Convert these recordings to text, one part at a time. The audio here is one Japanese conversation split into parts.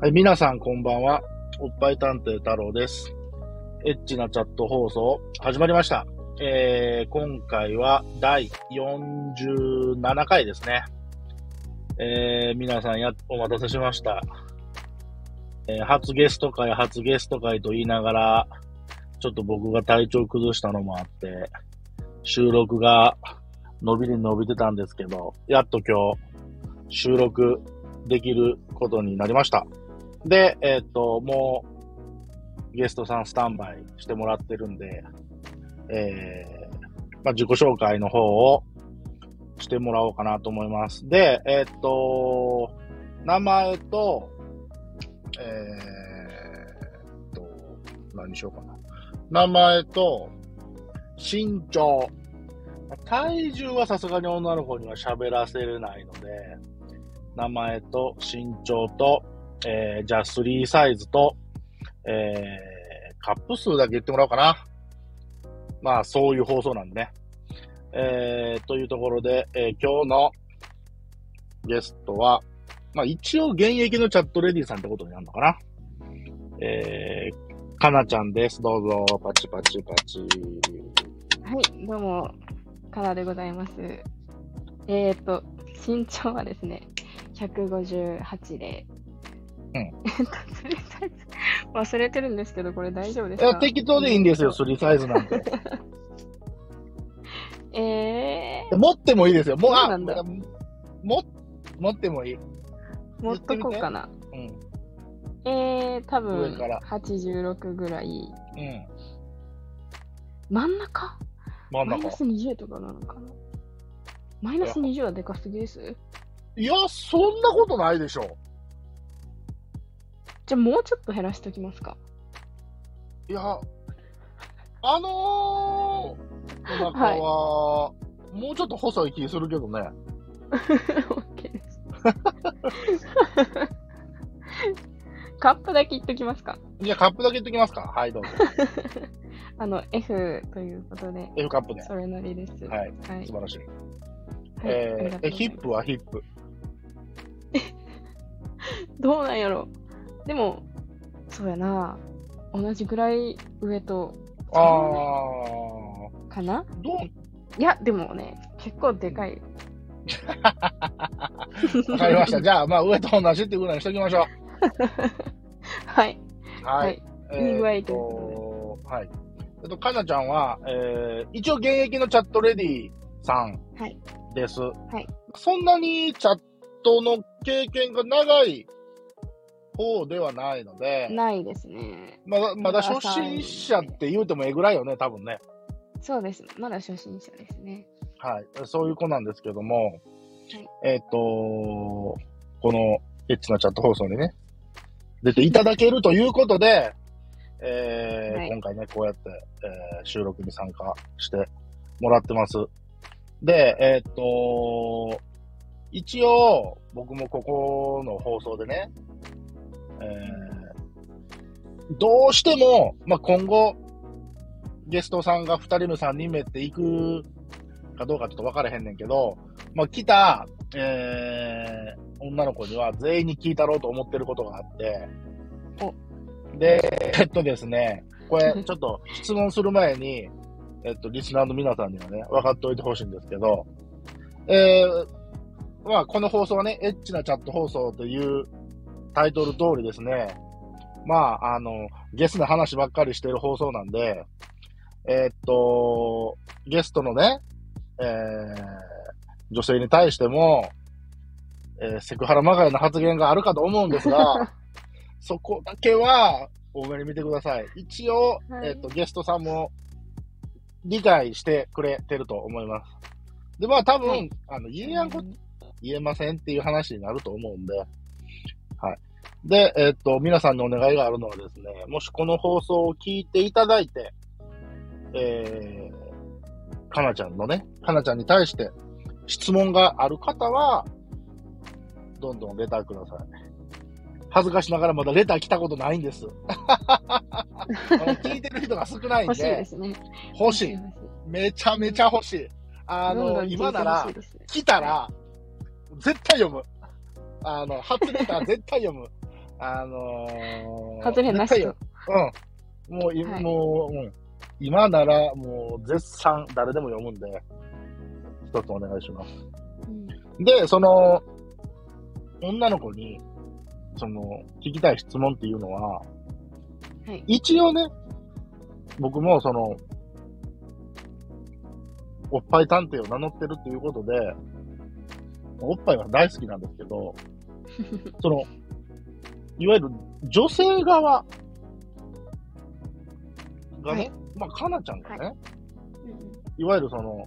はい、皆さんこんばんは。おっぱい探偵太郎です。エッチなチャット放送、始まりました。えー、今回は第47回ですね。えー、皆さんや、お待たせしました。えー、初ゲスト会、初ゲスト会と言いながら、ちょっと僕が体調崩したのもあって、収録が伸びに伸びてたんですけど、やっと今日、収録できることになりました。で、えーっ、と、もう、ゲストさんスタンバイしてもらってるんで、えー、まあ、自己紹介の方をしてもらおうかなと思います。で、えーっ、と、名前と、えーっと、何しようかな。名前と、身長。まあ体重はさすがに女の子には喋らせれないので、名前と身長と、えー、じゃあ3サイズと、えー、カップ数だけ言ってもらおうかな。まあ、そういう放送なんでね。えー、というところで、えー今日のゲストは、まあ一応現役のチャットレディさんってことになるのかな。えー、かなちゃんです。どうぞ、パチパチパチ。はい、どうも、カラでございます。えっ、ー、と、身長はですね、158で。うんえっと、それサイズ 忘れてるんですけど、これ大丈夫でいすや、か適当でいいんですよ、3サイズなんて。え持ってもいいですよ。もう、そうあ、なんだも、持ってもいい。ー、持っとこうかな。うん。えー、多分上から86ぐらい。うん。真ん中真んマイナ中。ス20とかなのかなマイナス20はでかすぎですいや、そんなことないでしょ。じゃあもうちょっと減らしときますか。いや、あのー、お腹は、もうちょっと細い気するけどね。 OK です。カップだけ言っときますか。いや、カップだけ言っときますか。はい、どうぞ。あの、F ということで、 F カップね。それなりです。。はいはい素。晴らしい。はいありえー、がとうございえ、ますヒップはヒップ。どうなんやろでも、そうやな。同じぐらい上と、あー、かなどう、いや、でもね、結構でかい。 わかりました。じゃあ、まあ、上と同じっていうことにしときましょ はい。う。はい。はいえいい具合というとはい。えっと、かなちゃんは、えー、一応現役のチャットレディさんはいです。はいそんなにチャットの経験が長い方ではないので、ないですね。まだ、まだ初心者って言うてもええぐらいよね、多分ね。そうです。まだ初心者ですね。はい。そういう子なんですけども、はいえっ、と、このエッチなチャット放送にね、出ていただけるということで、えーはい今回ね、こうやって、えー収録に参加してもらってます。で、えっ、と、一応、僕もここの放送でね、えーどうしても、まあ、今後、ゲストさんが2人目、3人目って行くかどうかちょっと分からへんねんけど、まあ、来た、えー女の子には全員に聞いたろうと思ってることがあって、で、えっとですね、これ、ちょっと質問する前に、えっと、リスナーの皆さんにはね、分かっておいてほしいんですけど、えー、まあ、この放送はね、エッチなチャット放送というタイトル通りですね、まあ、あの、ゲスな話ばっかりしてる放送なんで、えーっと、ゲストのね、えー、女性に対しても、えーセクハラまがいの発言があるかと思うんです が、そこだけは、多めに見てください。一応、はいえーっと、ゲストさんも、理解してくれてると思います。で、まあ多分、はいあの、言えやんこと言えませんっていう話になると思うんで、はい。で、えっと、皆さんにお願いがあるのはですね、もしこの放送を聞いていただいて、えー、かなちゃんのね、かなちゃんに対して質問がある方は、どんどんレターください。恥ずかしながらまだレター来たことないん です。あの聞いてる人が少ないん欲で、しいですね。欲しい。めちゃめちゃ欲しい。あの、どんどん聞いて今ならほしい、です来たら、絶対読む。あの、初レター絶対読む。あのー、外れなし仲と良。うん。もう、いはいもう、うん。今なら、もう、絶賛、誰でも読むんで、一つお願いします。うんで、その、女の子に、その、聞きたい質問っていうのは、はい。一応ね、僕もその、おっぱい探偵を名乗ってるっていうことで、おっぱいは大好きなんですけ ど、その、いわゆる女性側がね、はいまあ、かなちゃんがね、うんいわゆるその、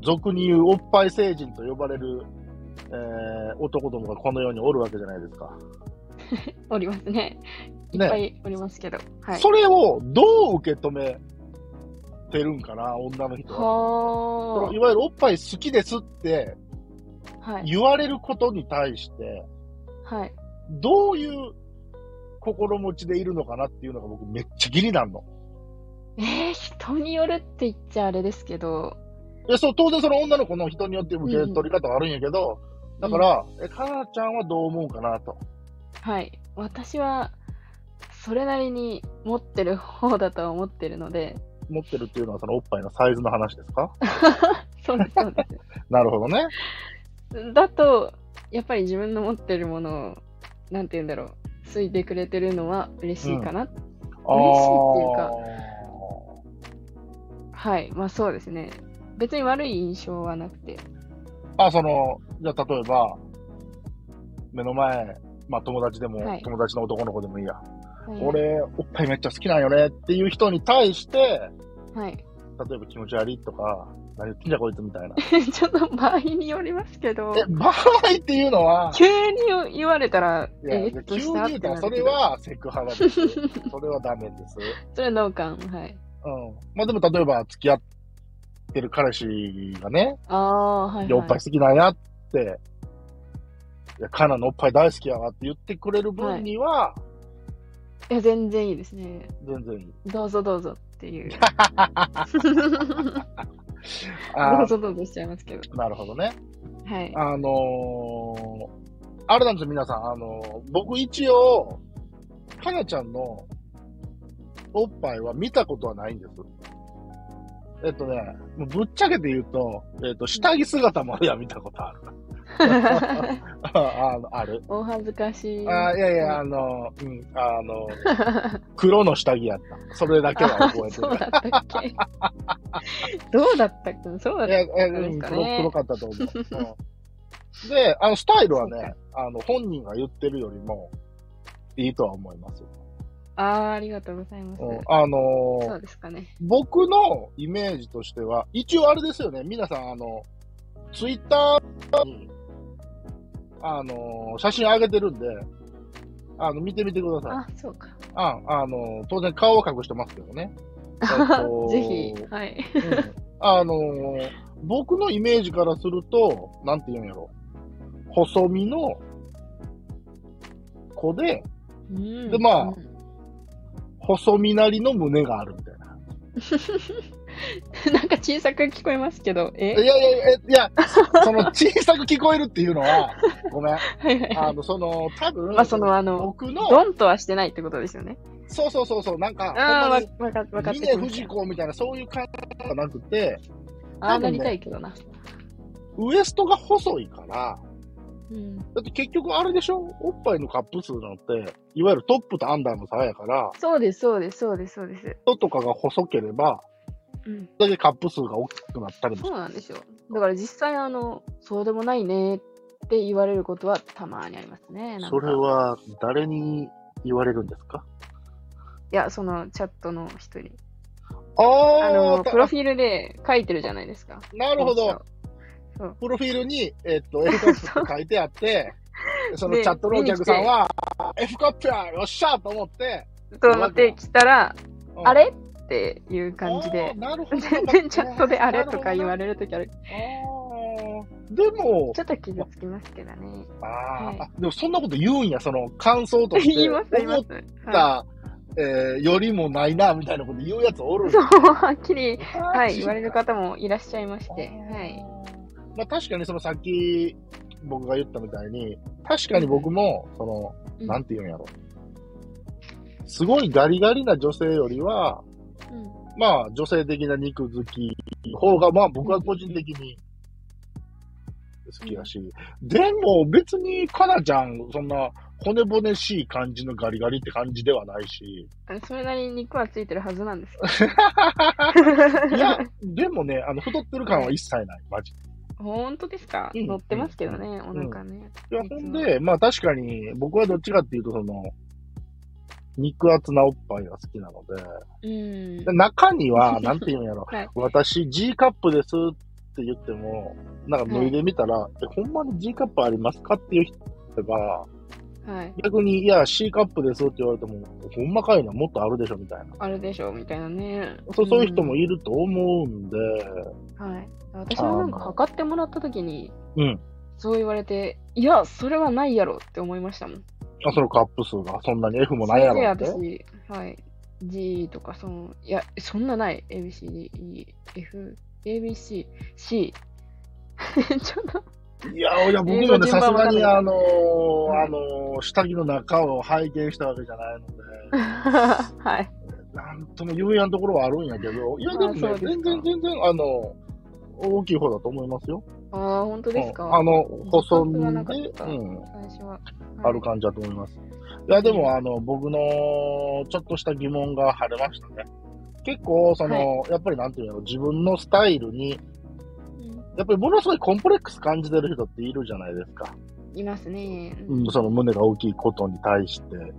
俗に言うおっぱい成人と呼ばれる、えー男どもがこの世におるわけじゃないですか。おりますね。いっねぱいおりますけど。はい。それをどう受け止めてるんかな、女の人は。そはのいわゆるおっぱい好きですってあ。はい。言われることに対して、はい。どういう心持ちでいるのかなっていうのが僕めっちゃ気になるの。えー、人によるって言っちゃあれですけど。いやそう当然その女の子の人によって受け取り方はあるんやけど、だから、え、かなちゃんはどう思うかなと。はい。私は、それなりに持ってる方だとは思ってるので。持ってるっていうのはそのおっぱいのサイズの話です かそうです、そうです。なるほどね。だと、やっぱり自分の持ってるものを、なんて言うんだろう、ついてくれてるのは嬉しいかな。はい、まあそうですね。別に悪い印象はなくて。あーあ、その、じゃあ例えば、目の前、まあ友達でも、はい友達の男の子でもいいや。はい、俺、おっぱいめっちゃ好きなんよねっていう人に対して、はい。 例えば気持ち悪いとか、何言ってんじゃこいつみたいな。ちょっと場合によりますけど、え、場合っていうのは、急に言われたら、いやえいや急っとにしたっ言てうたならるそけれど、はセクハラ です。それはダメです。それは同感、はい。うん。まあでも例えば付き合ってる彼氏がね、ああ、はい、でおっぱはい好きなんやって、いや、カナのおっぱい大好きやわって言ってくれる分には、い。いや、全然いいですね。全然いい。どうぞどうぞってい う。どあうぞどうぞしちゃいますけど。ーなるほどね。はい。あのー、あれなんですよ、皆さん。あのー僕一応、かなちゃんのおっぱいは見たことはないんです。えっとね、もうぶっちゃけて言うと、えっと、下着姿までは見たことある。 ああのある。 お恥ずかしい。あいやいや、あのー、うん、あのー、黒の下着やった。それだけは覚えてるそう。だったっけ どうだったっけそうだっいたや、いやそううですん、か黒ね黒かったと思う。 うんで、あの、スタイルはそうね、あの、本人が言ってるよりも、いいとは思います。ああ、ありがとうございます。うんあのーそうですかね。僕のイメージとしては、一応あれですよね、皆さん、あの、ツイッターに、あのー写真上げてるんで、あの、見てみてください。あ、そう か。ああのー当然顔を隠してますけどね。 えっとぜひ、はい。うんあのー僕のイメージからすると、なんて言うんやろ。細身の子で、ででまあ細身なりの胸があるみたいな。なんか小さく聞こえますけど、えいやいやいや、いや、その小さく聞こえるっていうのは、 ご めん。はいはいはあい。の、その、多分、まあその、あの、僕ドの、ンとはしてないってことですよね。そうそうそう、そうなんか、ああ、ほわんわかわかまっに、て峰きま不し二子みたいな、そういう感じがなくて、た。ああ、多分ねなりたいけどな。ウエストが細いから、うん。だって結局あれでしょおっぱいのカップ数なんて、いわゆるトップとアンダーの差やから、そうです、そうです、そうです、そうです。人とかが細ければ、うん。それだけカップ数が大きくなったりもそしうなんですよ。だから実際、あの、そうでもないねって言われることはたまにありますね。なんかそれは誰に言われるんですかいや、そのチャットの人に。ああーの、たプロフィールで書いてるじゃないですか。なるほそうど。プロフィールに、えっと、F カップって書いてあ って、そのチャットのお客さんは、あ F カップやよっしゃと思って、そう。と思ってきたら、うんあれっていう感じあでー。なるほど。全然チャットであれとか言われれるときある。でもち、ょっと傷つきますけどね。あー、はいあでもそんなこと言うんや、その感想として。言います、言いま思っす。はた、えーよりもないな、みたいなこと言うやつおるんいやそう、はっきり、はマジ かい、言われる方もいらっしゃいまして、あーはい。まあ確かにそのさっき、僕が言ったみたいに、確かに僕も、その、うんなんて言うんやろ。すごいガリガリな女性よりは、うんまあ、女性的な肉好きの方が、まあ、僕は個人的に好きだし。でも、別に、かなちゃん、そんな、骨々しい感じのガリガリって感じではないし。あれそれなりに肉はついてるはずなんですいけど。 や、でもね、あの、太ってる感は一切ない、マジで。本当ですか、うん乗ってますけどね、おん腹ね。いや、ほんで、まあ確かに、僕はどっちかっていうと、その、肉厚なおっぱいが好きなのうんで、で。中に は、なんて言うんやろ、はい私 G カップですって言っても、なんか脱いでみたら、え、ほんまに G カップありますかっていう人が、はい。逆に、いや、C カップですって言われても、ほんまかいな、もっとあるでしょ、みたいな。あるでしょうみたいなね。そうそういう人もいいると思うんで、はい。私もなんか測ってもらった時に、うん。そう言われて、いや、それはないやろって思いましたもん。あそのカップ数が、そんなに F もないやろってそ。れで私、はい。G とか、その、いや、そんなない。ABCD、F、ABC、C。ちょっと、いや、いや、僕もね、英語さ順す番わがかんないに、あのーはいあのー下着の中を拝見したわけじゃないので、はい。なんとも言うやんところはあるんやけど、いや、でもね、あそうですか全然、全然、あの、大きい方だと思いますよ。ああ、本当ですか、うんあの、細身で、はうなかったん、最初は。はいある感じだと思います。いや、でも、あの、僕の、ちょっとした疑問が晴れましたね。結構、その、やっぱりなんていうの、自分のスタイルに、うんやっぱりものすごいコンプレックス感じてる人っているじゃないですか。いますね。うん、その胸が大きいことに対してはい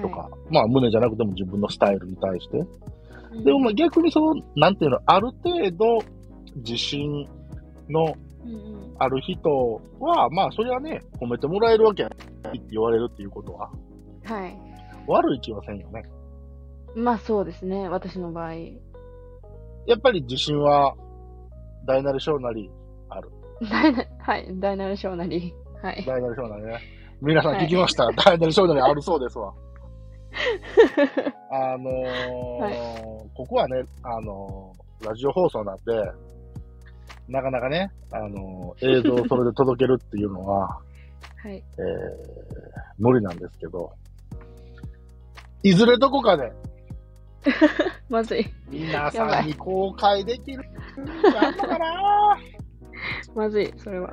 とか、まあ胸じゃなくても自分のスタイルに対して。うんでもまあ逆にその、なんていうの、ある程度自信のうんうんある人は、まあそれはね、褒めてもらえるわけないって言われるっていうことは、はい。悪い気はせんよね。まあそうですね、私の場合。 やっぱり自信は大なり小なり、大なはい、大なり小なり。はい。大なり小なりね。皆さんはい聞きました、大なり小なりあるそうです わ。あのーはいここはね、あのーラジオ放送なんで、なかなかね、あのー映像をそれで届けるっていうのは、 はい。えー無理なんですけど、いずれどこかでまずい、皆やばさんいに公開できるんだ から、まずい、それは。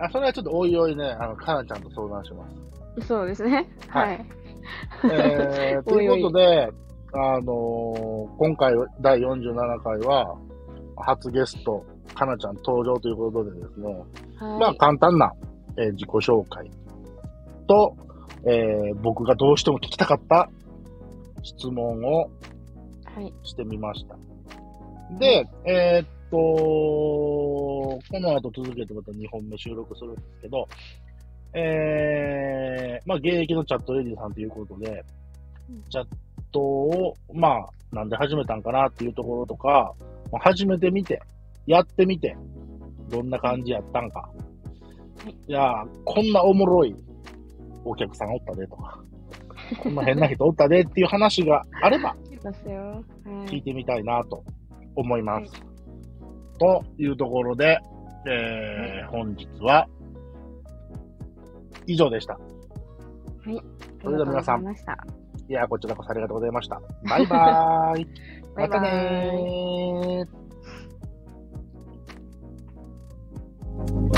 あそれはちょっとおいおいね、あの、かなちゃんと相談します。そうですね。ははいい。 えーとおいおいいうことで、あのー今回、第47回は、初ゲスト、かなちゃん登場ということでですね、まあは簡単な、えー自己紹介と、えー僕がどうしても聞きたかった質問をい。はい。してみました。で、えーっと、この後続けてまた2本目収録するんですけど、えー、まあ現役のチャットレディさんということでうん、チャットを、まあ、なんで始めたんかなっていうところとか、まあ始めてみて、やってみて、どんな感じやったんか。いいやー、こんなおもろいお客さんおったでとか、こんな変な人おったでっていう話があれば、いますよ。は聞いい。てみたいなと思います。というところで、えー本日は以上でした。それでは皆さんありがとうございました。いやー、こちらこそありがとうございました。バイバ ーイ。バイバまたイねー。